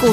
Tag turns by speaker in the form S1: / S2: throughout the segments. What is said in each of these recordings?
S1: 股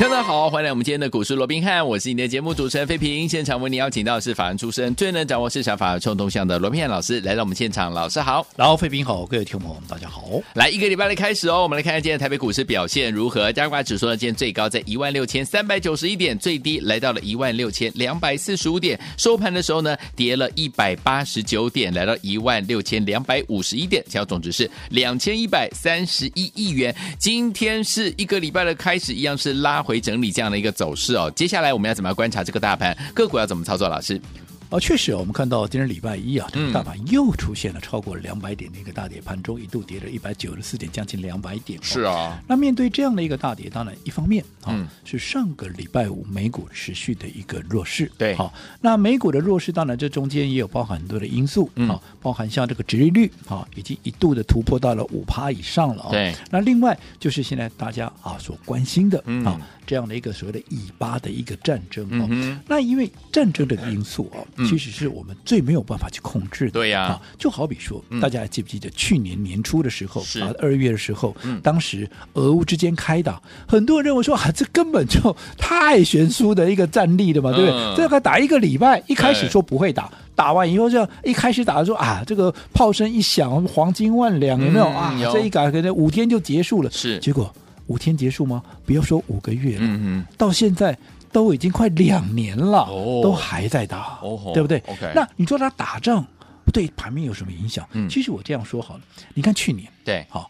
S2: 大家好，欢迎来我们今天的股市罗宾汉，我是你的节目主持人费平。现场为你邀请到的是法案出身、最能掌握市场法律冲动向的罗宾汉老师来到我们现场，老师好。
S3: 然后，费平好，各位听众朋友们，大家好。
S2: 来一个礼拜的开始哦，我们来看看今天台北股市表现如何。加权指数呢，今天最高在16,391点，最低来到了16,245点，收盘的时候呢，跌了189点，来到16,251点，成交总值是2,131亿元。今天是一个礼拜的开始，一样是拉回整理这样的一个走势哦。接下来我们要怎么样观察这个大盘？个股要怎么操作？老师，
S3: 啊，确实啊，我们看到今天礼拜一啊，这
S2: 嗯
S3: 个大盘又出现了超过两百点的一个大跌，盘中一度跌了一百九十四点，将近两百点、哦
S2: 是。啊，
S3: 那面对这样的一个大跌，当然一方面啊、
S2: 嗯
S3: 是上个礼拜五美股持续的一个弱势，
S2: 对
S3: 好、那美股的弱势，当然这中间也有包含很多的因素，
S2: 嗯
S3: 好包含像这个殖利率啊、已经一度的突破到了五趴以上了、哦，
S2: 对
S3: 那另外就是现在大家啊所关心的啊、
S2: 嗯
S3: 这样的一个所谓的以巴的一个战争哦，
S2: 嗯哼
S3: 那因为战争这个因素哦，
S2: 嗯
S3: 其实是我们最没有办法去控制的，
S2: 对呀
S3: 啊就好比说
S2: 嗯，
S3: 大家还记不记得去年年初的时候
S2: 是
S3: 啊，二月的时候
S2: 嗯，
S3: 当时俄乌之间开打，很多人认为说啊，这根本就太悬殊的一个战力了嘛，对不
S2: 嗯
S3: 对？这个打一个礼拜，一开始
S2: 对
S3: 说不会打。打完以后，就一开始打的时候啊，这个炮声一响，黄金万两，有没有、
S2: 嗯
S3: 啊？
S2: 有
S3: 这一打可能五天就结束了。
S2: 是
S3: 结果五天结束吗？不要说五个月了，
S2: 嗯嗯，
S3: 到现在都已经快两年了，
S2: 哦
S3: 都还在打，
S2: 哦吼
S3: 对不对
S2: OK
S3: 那你说他打仗对盘面有什么影响？
S2: 嗯
S3: 其实我这样说好了，你看去年
S2: 对，
S3: 好、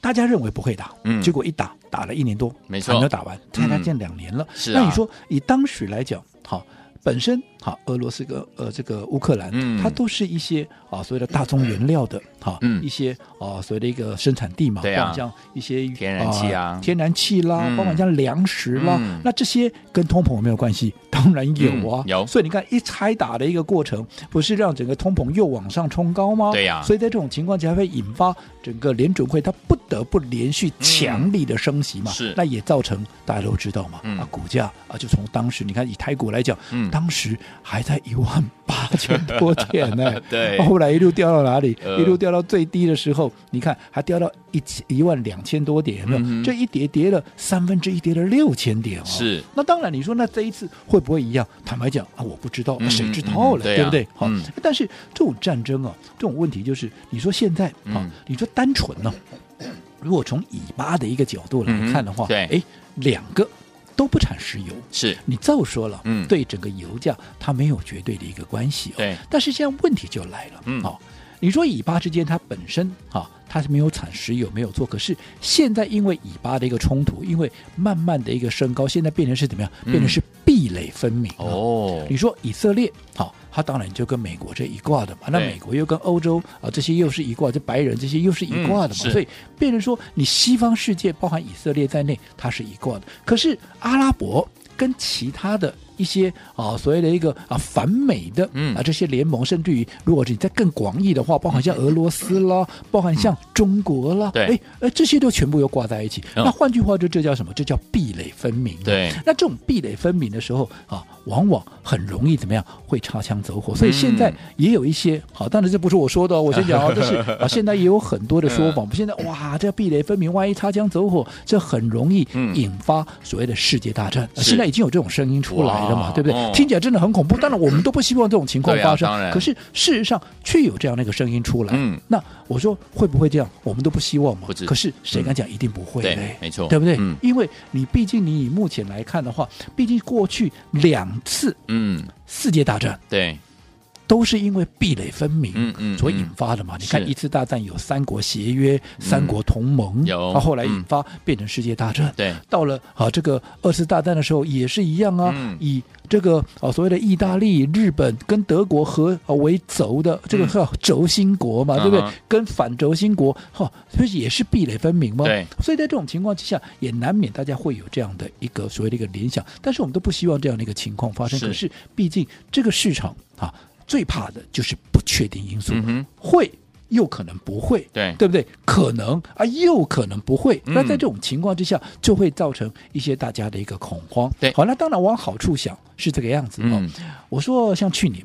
S3: 大家认为不会打，
S2: 嗯
S3: 结果一打打了一年多，
S2: 没错
S3: 还没有打完，
S2: 嗯
S3: 大家见两年了。
S2: 是啊
S3: 那你说以当时来讲，好、本身好、俄罗斯跟呃这个乌克兰，
S2: 嗯
S3: 它都是一些啊所谓的大宗原料的，好、
S2: 嗯
S3: 一些啊所谓的一个生产地嘛，
S2: 对啊
S3: 包括像一些
S2: 天然气啊
S3: 天然气啦，
S2: 嗯
S3: 包括像粮食啦，
S2: 嗯
S3: 那这些跟通膨有没有关系？当然有啊，
S2: 嗯有
S3: 所以你看一拆打的一个过程，不是让整个通膨又往上冲高吗？
S2: 对呀
S3: 所以在这种情况下会引发整个联准会它不得不连续强力的升息嘛，
S2: 是
S3: 那也造成大家都知道嘛，
S2: 嗯
S3: 啊，股价啊就从当时你看以台股来讲，
S2: 嗯
S3: 当时还在一万八千多点呢、
S2: 对
S3: 后来一路掉到哪里？
S2: 呃
S3: 一路掉到最低的时候，你看还掉到一千一万两千多点，有没有？
S2: 嗯哼
S3: 这一跌跌了三分之一，跌了六千点哦。
S2: 是。
S3: 那当然，你说那这一次会不会一样？坦白讲啊，我不知道，
S2: 嗯
S3: 那谁知道
S2: 嗯嗯
S3: 了，
S2: 对啊
S3: 对不对？好、
S2: 嗯
S3: 但是这种战争啊，这种问题就是，你说现在啊，
S2: 嗯
S3: 你说单纯呢、如果从以巴的一个角度来看的话，
S2: 嗯对
S3: 哎，两个都不产石油，
S2: 是，
S3: 你照说了，
S2: 嗯
S3: 对整个油价它没有绝对的一个关系、哦，
S2: 对
S3: 但是现在问题就来了，
S2: 嗯
S3: 哦，你说以巴之间它本身啊、它是没有产石油没有做，可是现在因为以巴的一个冲突，因为慢慢的一个升高，现在变成是怎么样？
S2: 嗯
S3: 变成是壁垒分明、哦。
S2: 哦
S3: 你说以色列，好、它当然就跟美国这一挂的嘛。那
S2: 对
S3: 美国又跟欧洲啊，这些又是一挂，这白人这些又是一挂的嘛。
S2: 嗯是
S3: 所以变成说，你西方世界包含以色列在内，它是一挂的。可是阿拉伯跟其他的一些啊，所谓的一个啊反美的
S2: 嗯
S3: 啊这些联盟，甚至于如果是你再更广义的话，包含像俄罗斯啦，包含像中国啦，
S2: 嗯对
S3: 哎呃这些都全部又挂在一起。
S2: 嗯
S3: 那换句话就这叫什么？这叫壁垒分明。
S2: 对
S3: 那这种壁垒分明的时候啊，往往很容易怎么样？会擦枪走火。所以现在
S2: 嗯
S3: 也有一些好，当然这不是我说的哦，我先讲 哦，这是啊，现在也有很多的
S2: 嗯
S3: 说法。我们现在哇，这壁垒分明，万一擦枪走火，这很容易
S2: 嗯
S3: 引发所谓的世界大战。
S2: 是
S3: 现在已经有这种声音出来
S2: 哇
S3: 了嘛，对不
S2: 哦
S3: 对？听起来真的很恐怖。当然，我们都不希望这种情况
S2: 对啊
S3: 发生
S2: 当然。
S3: 可是事实上却有这样的一个声音出来。
S2: 嗯
S3: 那我说会不会这样？我们都不希望嘛
S2: 不知。嗯
S3: 可是谁敢讲一定不会
S2: 对
S3: 嘞？
S2: 没错
S3: 对不对？
S2: 嗯
S3: 因为你毕竟你以目前来看的话，毕竟过去两次
S2: 嗯，
S3: 世界大战
S2: 对，
S3: 都是因为壁垒分明，
S2: 嗯嗯
S3: 所引发的嘛。你看
S2: 是
S3: 一次大战有三国协约、三国同盟，
S2: 有嗯
S3: 啊后来引发变成世界大战。
S2: 对
S3: 到了啊这个二次大战的时候也是一样啊，
S2: 嗯
S3: 以这个啊所谓的意大利、日本跟德国合、啊、为轴的这个
S2: 嗯
S3: 叫轴心国嘛，对不对
S2: 嗯哼？
S3: 跟反轴心国哈、所以也是壁垒分明嘛。
S2: 对
S3: 所以在这种情况之下，也难免大家会有这样的一个所谓的一个联想，但是我们都不希望这样的一个情况发生。
S2: 是
S3: 可是毕竟这个市场啊，最怕的就是不确定因素，
S2: 嗯哼
S3: 会又可能不会，
S2: 对
S3: 对不对？可能啊，又可能不会。
S2: 嗯
S3: 那在这种情况之下，就会造成一些大家的一个恐慌。
S2: 对
S3: 好，那当然往好处想是这个样子。
S2: 嗯
S3: 哦，我说像去年，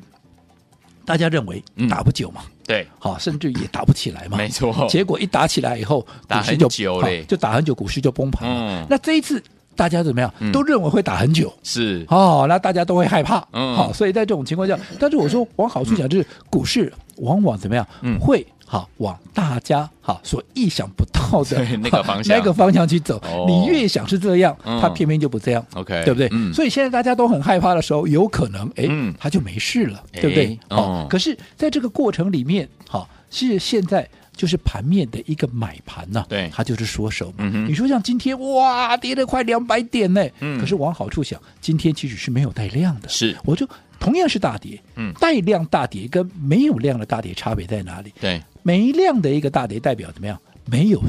S3: 大家认为
S2: 嗯
S3: 打不久嘛，
S2: 对，
S3: 好，甚至也打不起来嘛，
S2: 没错，
S3: 结果一打起来以后，
S2: 打
S3: 股市就
S2: 很久嘞
S3: 好就打很久，股市就崩盘了。
S2: 嗯
S3: 那这一次大家怎么样
S2: 嗯？
S3: 都认为会打很久。
S2: 是
S3: 哦，那大家都会害怕，
S2: 嗯
S3: 好，所以在这种情 况下，但是我说往好处讲，就是股市往往怎么样，
S2: 嗯
S3: 会好往大家好所意想不到的
S2: 对那个方向
S3: 那个方向去走
S2: 哦。
S3: 你越想是这样，
S2: 嗯
S3: 它偏偏就不这样。
S2: OK，
S3: 对不对？
S2: 嗯，
S3: 所以现在大家都很害怕的时候，有可能哎
S2: 嗯，
S3: 他就没事了，
S2: 哎
S3: 对不对？
S2: 哦
S3: 哦，可是在这个过程里面，好是现在。就是盘面的一个买盘呐、
S2: 对
S3: 它就是缩手嘛。
S2: 嗯哼
S3: 你说像今天哇，跌了快两百点呢，
S2: 嗯
S3: 可是往好处想，今天其实是没有带量的，
S2: 是
S3: 我就同样是大跌，
S2: 嗯
S3: 带量大跌跟没有量的大跌差别在哪里？
S2: 对，
S3: 没量的一个大跌代表怎么样？没有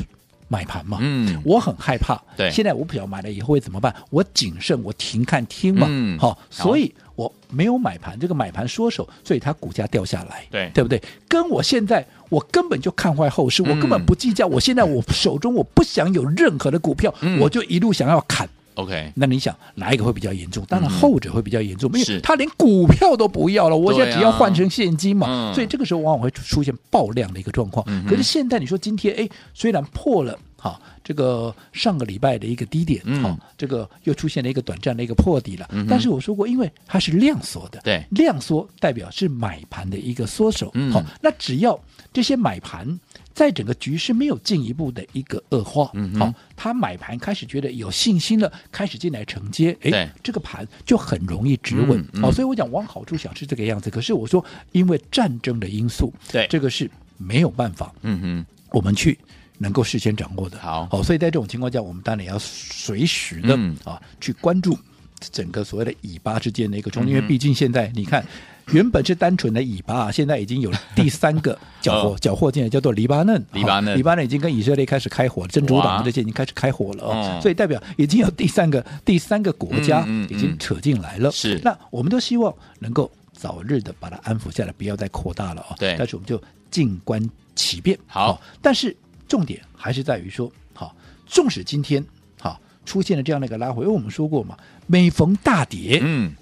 S3: 买盘嘛，
S2: 嗯
S3: 我很害怕。
S2: 对
S3: 现在我不晓得买了以后会怎么办，我谨慎，我停看听嘛。
S2: 嗯
S3: 好，所以我没有买盘，这个买盘缩手，所以它股价掉下来，
S2: 对
S3: 对不对？跟我现在我根本就看坏后市，我根
S2: 嗯
S3: 本不计较，我现在我手中我不想有任何的股票，
S2: 嗯
S3: 我就一路想要砍。
S2: OK，
S3: 那你想哪一个会比较严重？当然
S2: 嗯
S3: 后者会比较严重，因
S2: 是啊
S3: 为他连股票都不要了，我现在只要换成现金嘛，
S2: 嗯
S3: 所以这个时候往往会出现爆量的一个状况。
S2: 嗯哼
S3: 可是现在你说今天，哎，虽然破了。好，这个上个礼拜的一个低点，
S2: 嗯
S3: 好，这个又出现了一个短暂的一个破底了。
S2: 嗯哼
S3: 但是我说过，因为它是量缩的，
S2: 对
S3: 量缩代表是买盘的一个缩手。
S2: 嗯
S3: 好，那只要这些买盘在整个局势没有进一步的一个恶化，
S2: 嗯哼
S3: 好，他买盘开始觉得有信心了，开始进来承接，
S2: 对
S3: 哎，这个盘就很容易止稳。
S2: 嗯嗯
S3: 好，所以我讲往好处想是这个样子，可是我说因为战争的因素，
S2: 对
S3: 这个是没有办法
S2: 嗯
S3: 我们去。能够事先掌握的，哦
S2: 好
S3: 好、所以在这种情况下，我们当然也要随时的、
S2: 嗯
S3: 啊去关注整个所谓的尾巴之间的一个冲突，因为
S2: 嗯哼
S3: 毕竟现在你看，原本是单纯的尾巴，现在已经有了第三个缴获、缴获进来，叫做黎巴嫩，
S2: 哦
S3: 哦
S2: 黎巴嫩
S3: 好黎巴嫩已经跟以色列开始开火了，真主
S2: 哇
S3: 党这些已经开始开火了、哦，
S2: 嗯
S3: 所以代表已经有第三个第三个国家
S2: 嗯嗯嗯
S3: 已经扯进来了，
S2: 是
S3: 那我们都希望能够早日的把它安抚下来，不要再扩大了啊、
S2: 对
S3: 但是我们就静观其变。哦
S2: 好
S3: 但是重点还是在于说，好、纵使今天好、出现了这样的一个拉回，因为我们说过嘛，每逢大跌、
S2: 哼，嗯，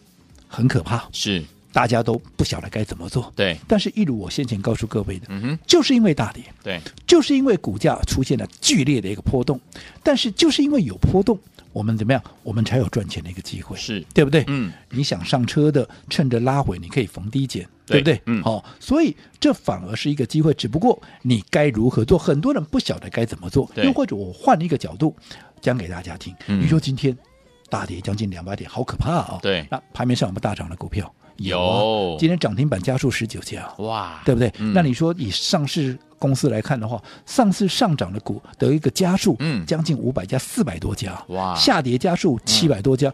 S3: 很可怕，
S2: 是
S3: 大家都不晓得该怎么做。
S2: 对，
S3: 但是，一如我先前告诉各位的，
S2: 嗯哼，
S3: 就是因为大跌，
S2: 对，
S3: 就是因为股价出现了剧烈的一个波动，但是就是因为有波动，我们怎么样，我们才有赚钱的一个机会。
S2: 是，
S3: 对不对？
S2: 嗯，
S3: 你想上车的，趁着拉回，你可以逢低减，
S2: 对
S3: 对不对？
S2: 嗯
S3: 好、所以这反而是一个机会，只不过你该如何做，很多人不晓得该怎么做。
S2: 对
S3: 又或者我换一个角度讲给大家听，
S2: 嗯
S3: 你说今天大跌将近两百点，好可怕啊、
S2: 对
S3: 那盘面上有没有大涨的股票？啊
S2: 有
S3: 今天涨停板家数十九家，啊
S2: 哇，
S3: 对不对？
S2: 嗯
S3: 那你说以上市公司来看的话，上市上涨的股的一个家数，
S2: 嗯
S3: 将近五百家，四百多家，
S2: 哇嗯
S3: 下跌家数七百多家。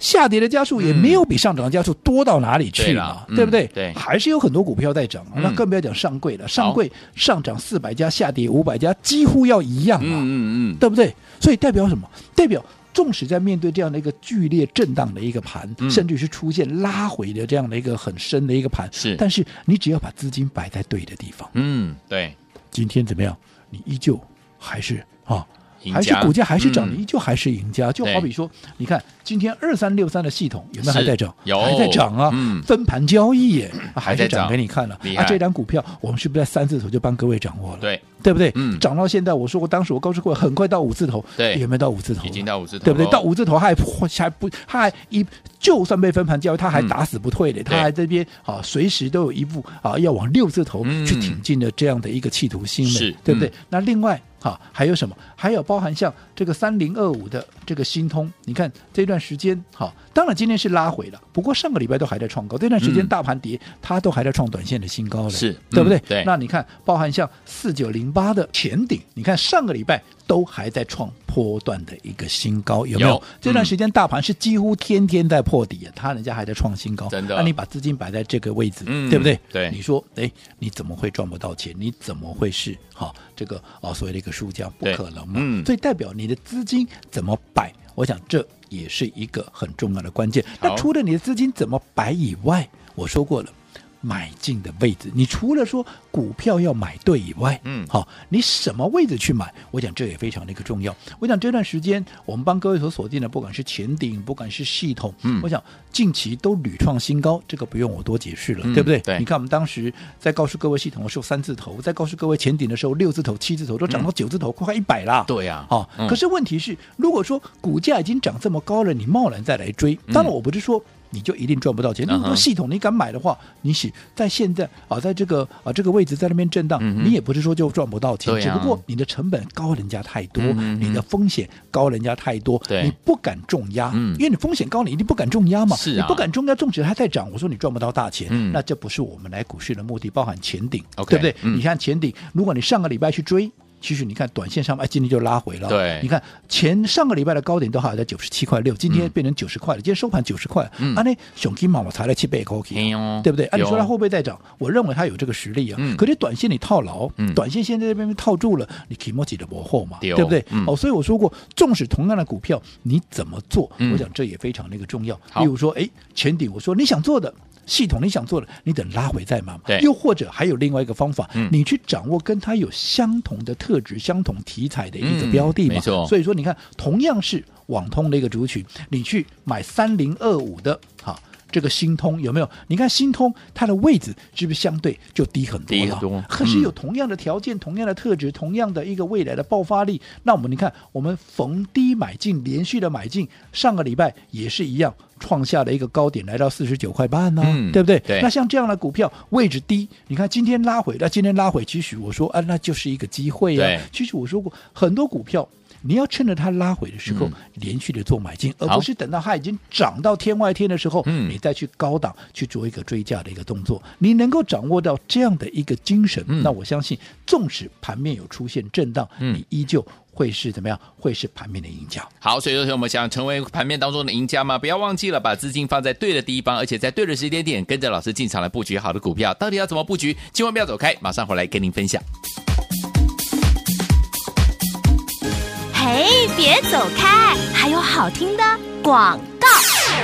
S3: 下跌的家数也没有比上涨的家数多到哪里去嘛，
S2: 对啦
S3: 对不对？
S2: 嗯对
S3: 还是有很多股票在涨啊、
S2: 嗯
S3: 那更不要讲上柜了。上柜上涨四百家，下跌五百家，几乎要一样啊。
S2: 嗯嗯嗯，
S3: 对不对？所以代表什么？代表纵使在面对这样的一个剧烈震荡的一个盘，
S2: 嗯
S3: 甚至是出现拉回的这样的一个很深的一个盘，
S2: 是
S3: 但是你只要把资金摆在对的地方，
S2: 嗯，对，
S3: 今天怎么样？你依旧还是啊。
S2: 赢
S3: 还是
S2: 家
S3: 股价还是
S2: 嗯
S3: 涨，你依旧还是赢家。就
S2: 对
S3: 好比说，你看今天二三六三的系统有没有
S2: 是
S3: 还在涨？
S2: 有
S3: 还在涨啊！
S2: 嗯
S3: 分盘交易耶，啊还
S2: 在
S3: 在
S2: 涨
S3: 涨给你看了
S2: 厉害
S3: 啊！这张股票我们是不是在三字头就帮各位掌握了？
S2: 对，
S3: 对不对？
S2: 嗯
S3: 涨到现在，我说过，当时我告诉过，很快到五字头，
S2: 对
S3: 有没有到五字头了？
S2: 已经到五字头，
S3: 对不对？到，五字头还还不还一，就算被分盘交易，他还
S2: 嗯
S3: 打死不退的，他还这边啊，随时都有一步啊，要往六字头
S2: 嗯
S3: 去挺进的这样的一个企图心的，
S2: 是
S3: 对不对？
S2: 嗯
S3: 那另外啊，还有什么？还有包含像这个三零二五的这个新通，你看这段时间哈、啊当然今天是拉回了，不过上个礼拜都还在创高，这段时间
S2: 嗯
S3: 大盘跌，它都还在创短线的新高了，
S2: 是
S3: 对不对？
S2: 嗯对
S3: 那你看，包含像四九零八的前顶，你看上个礼拜都还在创波段的一个新高，有没有？
S2: 有嗯
S3: 这段时间大盘是几乎天天在破底，他人家还在创新高，
S2: 真的
S3: 那你把资金摆在这个位置，
S2: 嗯
S3: 对不对？
S2: 对
S3: 你说，哎，你怎么会赚不到钱？你怎么会是哈、这个哦所谓的一个输家？不
S2: 对
S3: 可能嘛！
S2: 嗯
S3: 所以代表你的资金怎么摆，我想这也是一个很重要的关键。
S2: 好
S3: 那除了你的资金怎么摆以外，我说过了，买进的位置。你除了说股票要买对以外，
S2: 嗯
S3: 好，你什么位置去买？我讲这也非常的一个重要。我讲这段时间我们帮各位所锁定的，不管是前顶，不管是系统，
S2: 嗯
S3: 我想近期都屡创新高，这个不用我多解释了，
S2: 嗯
S3: 对不对？
S2: 对
S3: 你看我们当时在告诉各位系统的时候三字头，在告诉各位前顶的时候六字头、七字头，都涨到九字头，快一百啦。
S2: 嗯对呀
S3: 好、
S2: 嗯
S3: 哦可是问题是，如果说股价已经涨这么高了，你贸然再来追，当然我不是说。你就一定赚不到钱。那么
S2: 嗯嗯哼
S3: 多系统，你敢买的话，你是在现在啊，在这个啊这个位置在那边震荡，
S2: 嗯哼
S3: 你也不是说就赚不到钱，
S2: 对
S3: 只
S2: 啊
S3: 不过你的成本高人家太多，
S2: 嗯哼
S3: 你的风险高人家太多，
S2: 对
S3: 你不敢重压，
S2: 嗯
S3: 因为你风险高，你一定不敢重压嘛，
S2: 是啊
S3: 你不敢重压，纵使它在涨，我说你赚不到大钱，
S2: 嗯
S3: 那这不是我们来股市的目的，包含前顶
S2: OK，
S3: 对不对？
S2: 嗯
S3: 你看前顶，如果你上个礼拜去追。其实你看，短线上哎，今天就拉回了。
S2: 对
S3: 你看前上个礼拜的高点都还有在九十七块六，今天变成九十块了，今天收盘九十块。
S2: 嗯
S3: 啊，那熊金嘛，我才来七倍高
S2: 嘿哟
S3: 对不对？啊，你说
S2: 嗯
S3: 它
S2: 有
S3: 会不会再涨？我认为它有这个实力啊
S2: 嗯。
S3: 可是短线你套牢
S2: 嗯，
S3: 短线现在这边套住了，你 k i m o j i 的磨后嘛，
S2: 对
S3: 对
S2: 哦
S3: 不对
S2: 嗯？
S3: 哦，所以我说过，纵使同样的股票，你怎么做，
S2: 嗯
S3: 我想这也非常的一个重要。
S2: 好
S3: 例如说，哎，前顶我说你想做的。系统你想做的，你等拉回再买嘛
S2: 对。
S3: 又或者还有另外一个方法，
S2: 嗯
S3: 你去掌握跟它有相同的特质、相同题材的一个
S2: 嗯
S3: 标的嘛。
S2: 没错
S3: 所以说，你看，同样是网通的一个族群，你去买三零二五的，好。这个新通有没有？你看新通它的位置是不是相对就低很多
S2: 低
S3: 了？
S2: 很多
S3: 可是
S2: 嗯
S3: 有同样的条件、同样的特质、同样的一个未来的爆发力，那我们你看，我们逢低买进，连续的买进，上个礼拜也是一样，创下了一个高点，来到四十九块半呢、
S2: 嗯
S3: 对不对？
S2: 对
S3: 那像这样的股票位置低，你看今天拉回，那今天拉回，其实我说啊，那就是一个机会呀、
S2: 对
S3: 其实我说过，很多股票。你要趁着它拉回的时候，
S2: 嗯
S3: 连续的做买进，而
S2: 好
S3: 不是等到它已经涨到天外天的时候，
S2: 嗯
S3: 你再去高档去做一个追价的一个动作。你能够掌握到这样的一个精神，
S2: 嗯
S3: 那我相信，纵使盘面有出现震荡，
S2: 嗯
S3: 你依旧会是怎么样？会是盘面的赢家。
S2: 好，所以说我们想成为盘面当中的赢家吗？不要忘记了把资金放在对的地方，而且在对的时间点，跟着老师进场来布局好的股票。到底要怎么布局？千万不要走开，马上回来跟您分享。
S1: 嘿，别走开，还有好听的广告。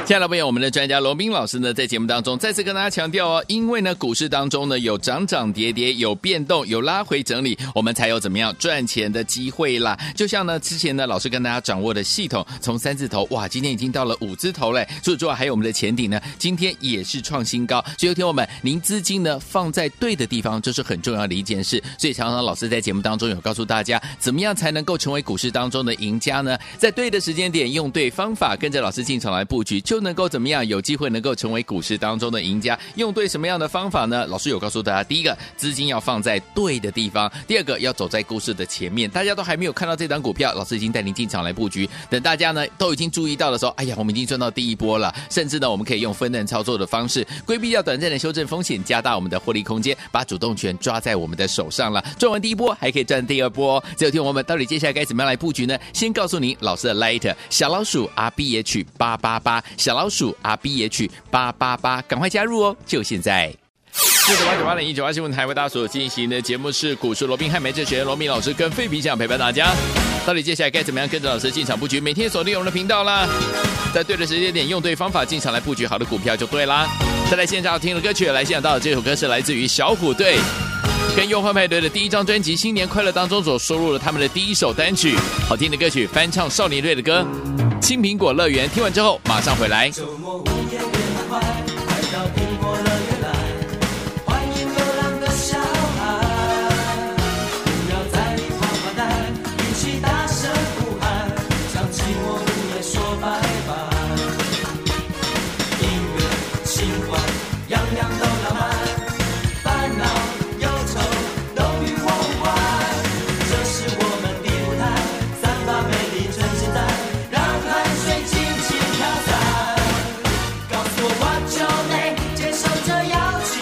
S2: 亲爱的朋友我们的专家罗斌老师呢，在节目当中再次跟大家强调哦，因为呢，股市当中呢有涨涨跌跌，有变动，有拉回整理，我们才有怎么样赚钱的机会啦。就像呢，之前呢，老师跟大家掌握的系统，从三字头哇，今天已经到了五字头嘞。所以之外，还有我们的前顶呢，今天也是创新高。所以，听我们，您资金呢放在对的地方，这是很重要的一件事。所以，常常老师在节目当中有告诉大家，怎么样才能够成为股市当中的赢家呢？在对的时间点，用对方法，跟着老师进场来布局，就能够怎么样？有机会能够成为股市当中的赢家。用对什么样的方法呢？老师有告诉大家，第一个，资金要放在对的地方；第二个，要走在故事的前面。大家都还没有看到这档股票，老师已经带您进场来布局。等大家呢都已经注意到的时候，哎呀，我们已经赚到第一波了。甚至呢，我们可以用分段操作的方式，规避掉短暂的修正风险，加大我们的获利空间，把主动权抓在我们的手上了。赚完第一波，还可以赚第二波、哦。这有听我们到底接下来该怎么样来布局呢？先告诉您，老师的 Light 小老鼠 R B H 八八八，小老鼠 R B H 八八八，赶快加入哦，就现在。四九八九八零一九八新闻台为大家所进行的节目是股市罗宾汉梅哲学员罗明老师跟费皮想陪伴大家。到底接下来该怎么样跟着老师进场布局？每天锁定我们的频道啦，在对的时间点用对方法进场来布局好的股票就对啦。再来现场听的歌曲，来现场到的这首歌是来自于小虎队跟忧欢派对的第一张专辑《新年快乐》当中所收录了他们的第一首单曲，好听的歌曲翻唱少年队的歌《青苹果乐园》。听完之后马上回来。
S4: 周末午夜愉快，快到苹果乐园来，欢迎流浪的小孩。不要在里发发呆，一起大声呼喊，向寂寞午夜说拜拜。音乐、情怀，样样都浪漫，烦恼、忧愁都与我无关。这是我们的舞台，散发美丽真情在，让汗水尽情飘散。告诉我 What's your name，接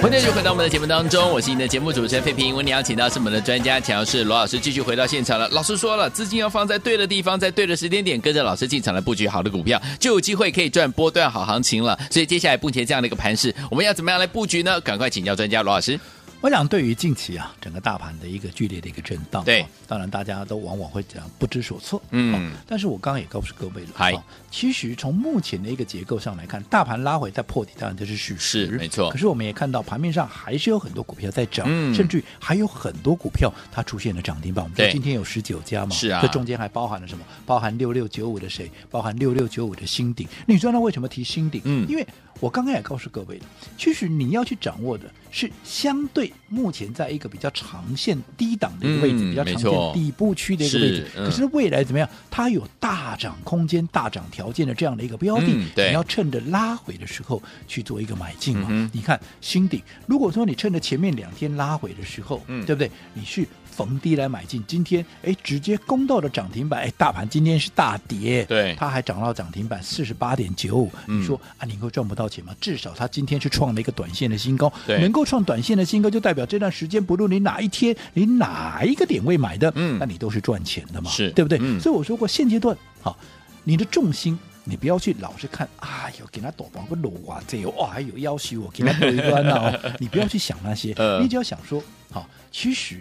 S2: 欢迎继续回到我们的节目当中，我是您的节目主持人费平。我们邀请到是我们的专家强势罗老师，继续回到现场了。老师说了，资金要放在对的地方，在对的时间点，跟着老师进场来布局好的股票，就有机会可以赚波段好行情了。所以接下来目前这样的一个盘势，我们要怎么样来布局呢？赶快请教专家罗老师。
S3: 我想，对于近期啊整个大盘的一个剧烈的一个震荡，
S2: 对
S3: 啊当然大家都往往会讲不知所措，
S2: 嗯
S3: 啊但是我刚刚也告诉各位了，
S2: 嗨
S3: 啊其实从目前的一个结构上来看，大盘拉回再破底，当然这是事实，
S2: 是没错
S3: 可是我们也看到盘面上还是有很多股票在涨，
S2: 嗯
S3: 甚至于还有很多股票它出现了涨停板。我们说
S2: 对
S3: 今天有十九家嘛，
S2: 是啊
S3: 这中间还包含了什么？包含六六九五的谁？包含六六九五的新鼎。你知道那为什么提新鼎？
S2: 嗯
S3: 因为我刚刚也告诉各位了，其实你要去掌握的是相对目前在一个比较长线低档的一个位置，
S2: 嗯
S3: 比较长
S2: 没错
S3: 线底部区的一个位置
S2: 是。嗯
S3: 可是未来怎么样？它有大涨空间、大涨条件的这样的一个标的，
S2: 嗯对
S3: 你要趁着拉回的时候去做一个买进嘛。
S2: 嗯哼
S3: 你看新鼎，如果说你趁着前面两天拉回的时候，
S2: 嗯
S3: 对不对？你去逢低来买进，今天哎直接攻到了涨停板，哎大盘今天是大跌，
S2: 对
S3: 它还涨到涨停板四十八点九五，
S2: 嗯
S3: 你说啊你会赚不到钱吗？至少它今天是创了一个短线的新高，
S2: 对
S3: 能够创短线的新高，就代表这段时间不论你哪一天你哪一个点位买的，
S2: 嗯
S3: 那你都是赚钱的嘛，
S2: 是
S3: 对不对？
S2: 嗯
S3: 所以我说过现阶段好。你的重心，你不要去老是看，哎呦，给他躲包个裸啊，这有哦，还有要求我给他对端啊、 哦，你不要去想那些，
S2: 呃
S3: 你只要想说，好、其实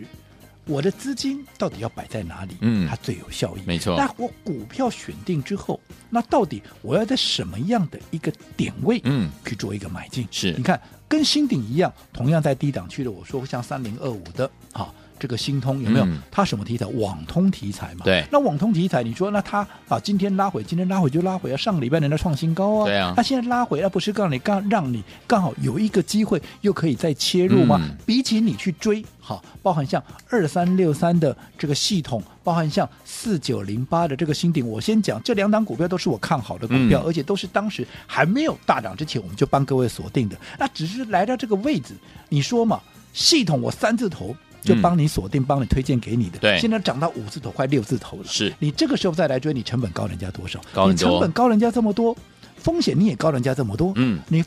S3: 我的资金到底要摆在哪里，
S2: 嗯
S3: 它最有效益，
S2: 没错
S3: 那我股票选定之后，那到底我要在什么样的一个点位，
S2: 嗯，
S3: 去做一个买进？
S2: 是
S3: 你看跟新鼎一样，同样在低档区的，我说像三零二五的，好、这个新通有没有？
S2: 嗯
S3: 它什么题材？网通题材嘛。
S2: 对
S3: 那网通题材，你说那它啊，今天拉回，今天拉回就拉回啊，上个礼拜人家创新高啊。
S2: 对啊
S3: 那现在拉回，那不是让你刚让你刚好有一个机会，又可以再切入吗？
S2: 嗯
S3: 比起你去追，好，包含像二三六三的这个系统，包含像四九零八的这个新鼎，我先讲这两档股票都是我看好的股票，
S2: 嗯
S3: 而且都是当时还没有大涨之前，我们就帮各位锁定的。那只是来到这个位置，你说嘛，系统我三字头。就
S2: 嗯
S3: 帮你锁定，帮你推荐给你的。
S2: 对
S3: 现在涨到五字头，快六字头了。
S2: 是
S3: 你这个时候再来追，你成本高人家多少？
S2: 高很
S3: 你成
S2: 多
S3: 本高人家这么多，风险你也高人家这么多。
S2: 嗯
S3: 你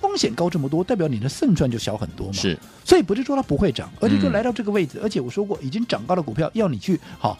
S3: 风险高这么多，代表你的胜算就小很多嘛。
S2: 是，
S3: 所以不是说它不会涨，而是说
S2: 嗯
S3: 来到这个位置，而且我说过，已经涨高的股票要你去好。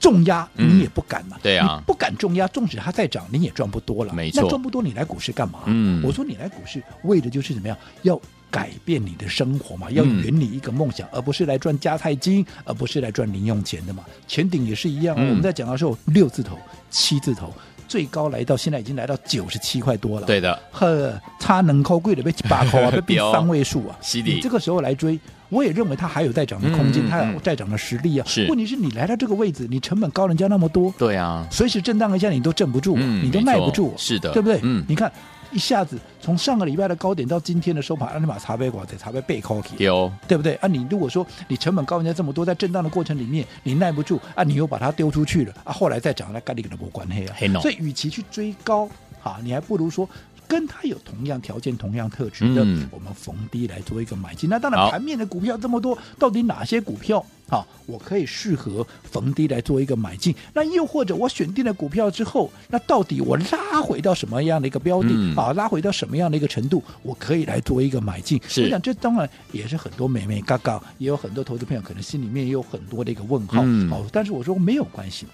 S3: 重压
S2: 嗯
S3: 你也不敢嘛，
S2: 对啊
S3: 你不敢重压，纵使它再涨，你也赚不多了，
S2: 没错
S3: 那赚不多，你来股市干嘛？
S2: 嗯
S3: 我说你来股市为的就是怎么样，要改变你的生活嘛，要
S2: 嗯
S3: 圆你一个梦想，而不是来赚加菜金，而不是来赚零用钱的嘛。前顶也是一样哦、
S2: 嗯
S3: 我们在讲的时候，六字头、七字头，最高来到现在已经来到九十七块多了，
S2: 对的，
S3: 呵，差能扣贵的被几把 扣啊，被变
S2: 对
S3: 三位数啊。
S2: 是的
S3: 你这个时候来追，我也认为它还有再涨的空
S2: 嗯
S3: 间，
S2: 嗯
S3: 它
S2: 嗯
S3: 有再涨的实力啊。
S2: 是
S3: 问题是你来到这个位置，你成本高人家那么多，
S2: 对啊，
S3: 随时震荡一下你都镇不住我，
S2: 嗯
S3: 你都耐不住
S2: 没
S3: 我，
S2: 错是的
S3: 对不对？
S2: 嗯
S3: 你看一下子从上个礼拜的高点到今天的收盘，你把茶杯挂在茶杯背靠起。
S2: 丢，
S3: 对不对啊？你如果说你成本高人家这么多，在震荡的过程里面，你耐不住啊，你又把它丢出去了啊，后来再涨，那跟你都没关系
S2: 嘿喏
S3: 啊。所以，与其去追高啊，你还不如说。跟它有同样条件、同样特质的，
S2: 嗯
S3: 我们逢低来做一个买进。那当
S2: 好
S3: 然，盘面的股票这么多，到底哪些股票啊，我可以适合逢低来做一个买进？那又或者我选定了股票之后，那到底我拉回到什么样的一个标的、
S2: 嗯
S3: 啊，拉回到什么样的一个程度，我可以来做一个买进？
S2: 是
S3: 我想这当然也是很多美眉嘎嘎，也有很多投资朋友可能心里面也有很多的一个问号。
S2: 嗯
S3: 哦，但是我说没有关系，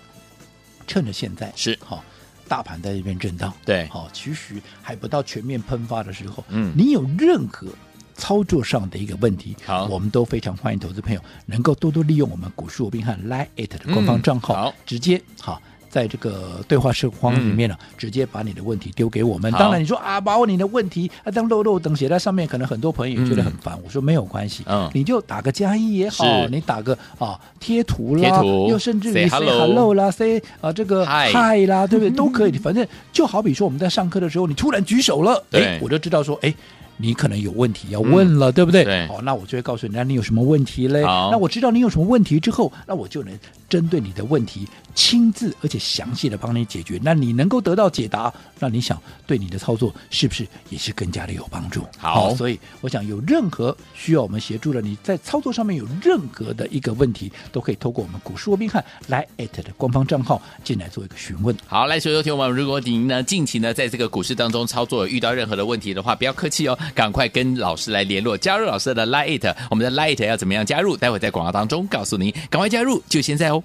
S3: 趁着现在
S2: 是
S3: 好、大盘在这边震荡，
S2: 嗯对
S3: 好、其实还不到全面喷发的时候，
S2: 嗯
S3: 你有任何。操作上的一个问题，
S2: 好
S3: 我们都非常欢迎投资朋友能够多多利用我们股市罗宾汉 Line It 的官方
S2: 嗯
S3: 账号，
S2: 好嗯
S3: 直接好在这个对话视框里面呢、直接把你的问题丢给我们。
S2: 好
S3: 当然，你说啊，把我你的问题啊当漏漏等写在上面，可能很多朋友也觉得
S2: 嗯
S3: 很烦。我说没有关系，
S2: 嗯
S3: 你就打个加一也好
S2: 是，
S3: 你打个啊贴图
S2: 贴
S3: 啦，
S2: 图
S3: 又甚至于
S2: say
S3: say
S2: hello
S3: hello 啦，say 啊这个
S2: Hi
S3: 啦，对不对？都可以，反正就好比说我们在上课的时候，你突然举手了，
S2: 对嗯
S3: 哎，我就知道说，哎。你可能有问题要问了，对不对？
S2: 对
S3: 好，那我就会告诉你，那你有什么问题嘞？
S2: 好
S3: 那我知道你有什么问题之后，那我就能针对你的问题亲自而且详细的帮你解决。那你能够得到解答，那你想对你的操作是不是也是更加的有帮助？
S2: 好
S3: 所以我想有任何需要我们协助的，你在操作上面有任何的一个问题，都可以透过我们股市罗宾汉来 at 的官方账号进来做一个询问。
S2: 好，来，所有听众朋友们，如果您呢近期呢在这个股市当中操作有遇到任何的问题的话，不要客气哦，赶快跟老师来联络，加入老师的 Lite，我们的 Lite 要怎么样加入？待会在广告当中告诉您，赶快加入，就现在哦。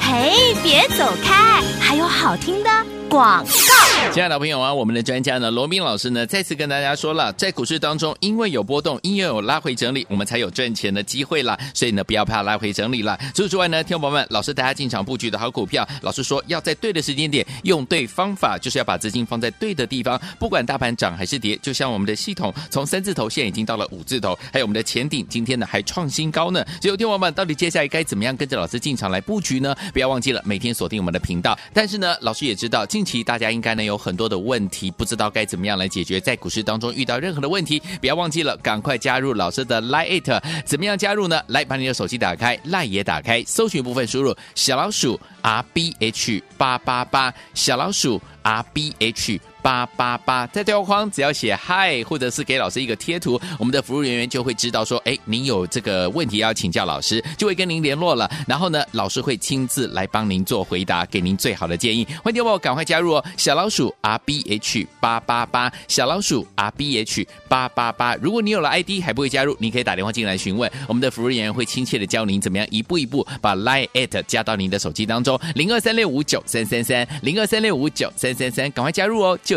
S1: 嘿，别走开，还有好听的广告。
S2: 亲爱的朋友啊，我们的专家呢，罗明老师呢，再次跟大家说了，在股市当中，因为有波动，因为有拉回整理，我们才有赚钱的机会啦。所以呢，不要怕拉回整理啦。除此之外呢，听众朋友们，老师大家进场布局的好股票，老师说要在对的时间点，用对方法，就是要把资金放在对的地方，不管大盘涨还是跌，就像我们的系统从三字头现在已经到了五字头，还有我们的前顶今天呢还创新高呢。所以，听众朋友们，到底接下来该怎么样跟着老师进场来布局呢？不要忘记了每天锁定我们的频道。但是呢，老师也知道近期大家应该呢有很多的问题，不知道该怎么样来解决，在股市当中遇到任何的问题，不要忘记了赶快加入老师的 Line It。怎么样加入呢？来把你的手机打开，Line 也打开，搜寻部分输入小老鼠 R B H 八八八，小老鼠 R B H。八八八，在对话框只要写嗨，或者是给老师一个贴图，我们的服务人员就会知道说，哎，您有这个问题要请教老师，就会跟您联络了。然后呢，老师会亲自来帮您做回答，给您最好的建议。欢迎我赶快加入哦，小老鼠 R B H 八八八，小老鼠 R B H 八八八。如果你有了 ID 还不会加入，你可以打电话进来询问，我们的服务人员会亲切的教您怎么样一步一步把 Line at 加到您的手机当中，零二三六五九三三三，零二三六五九三三三，赶快加入哦，就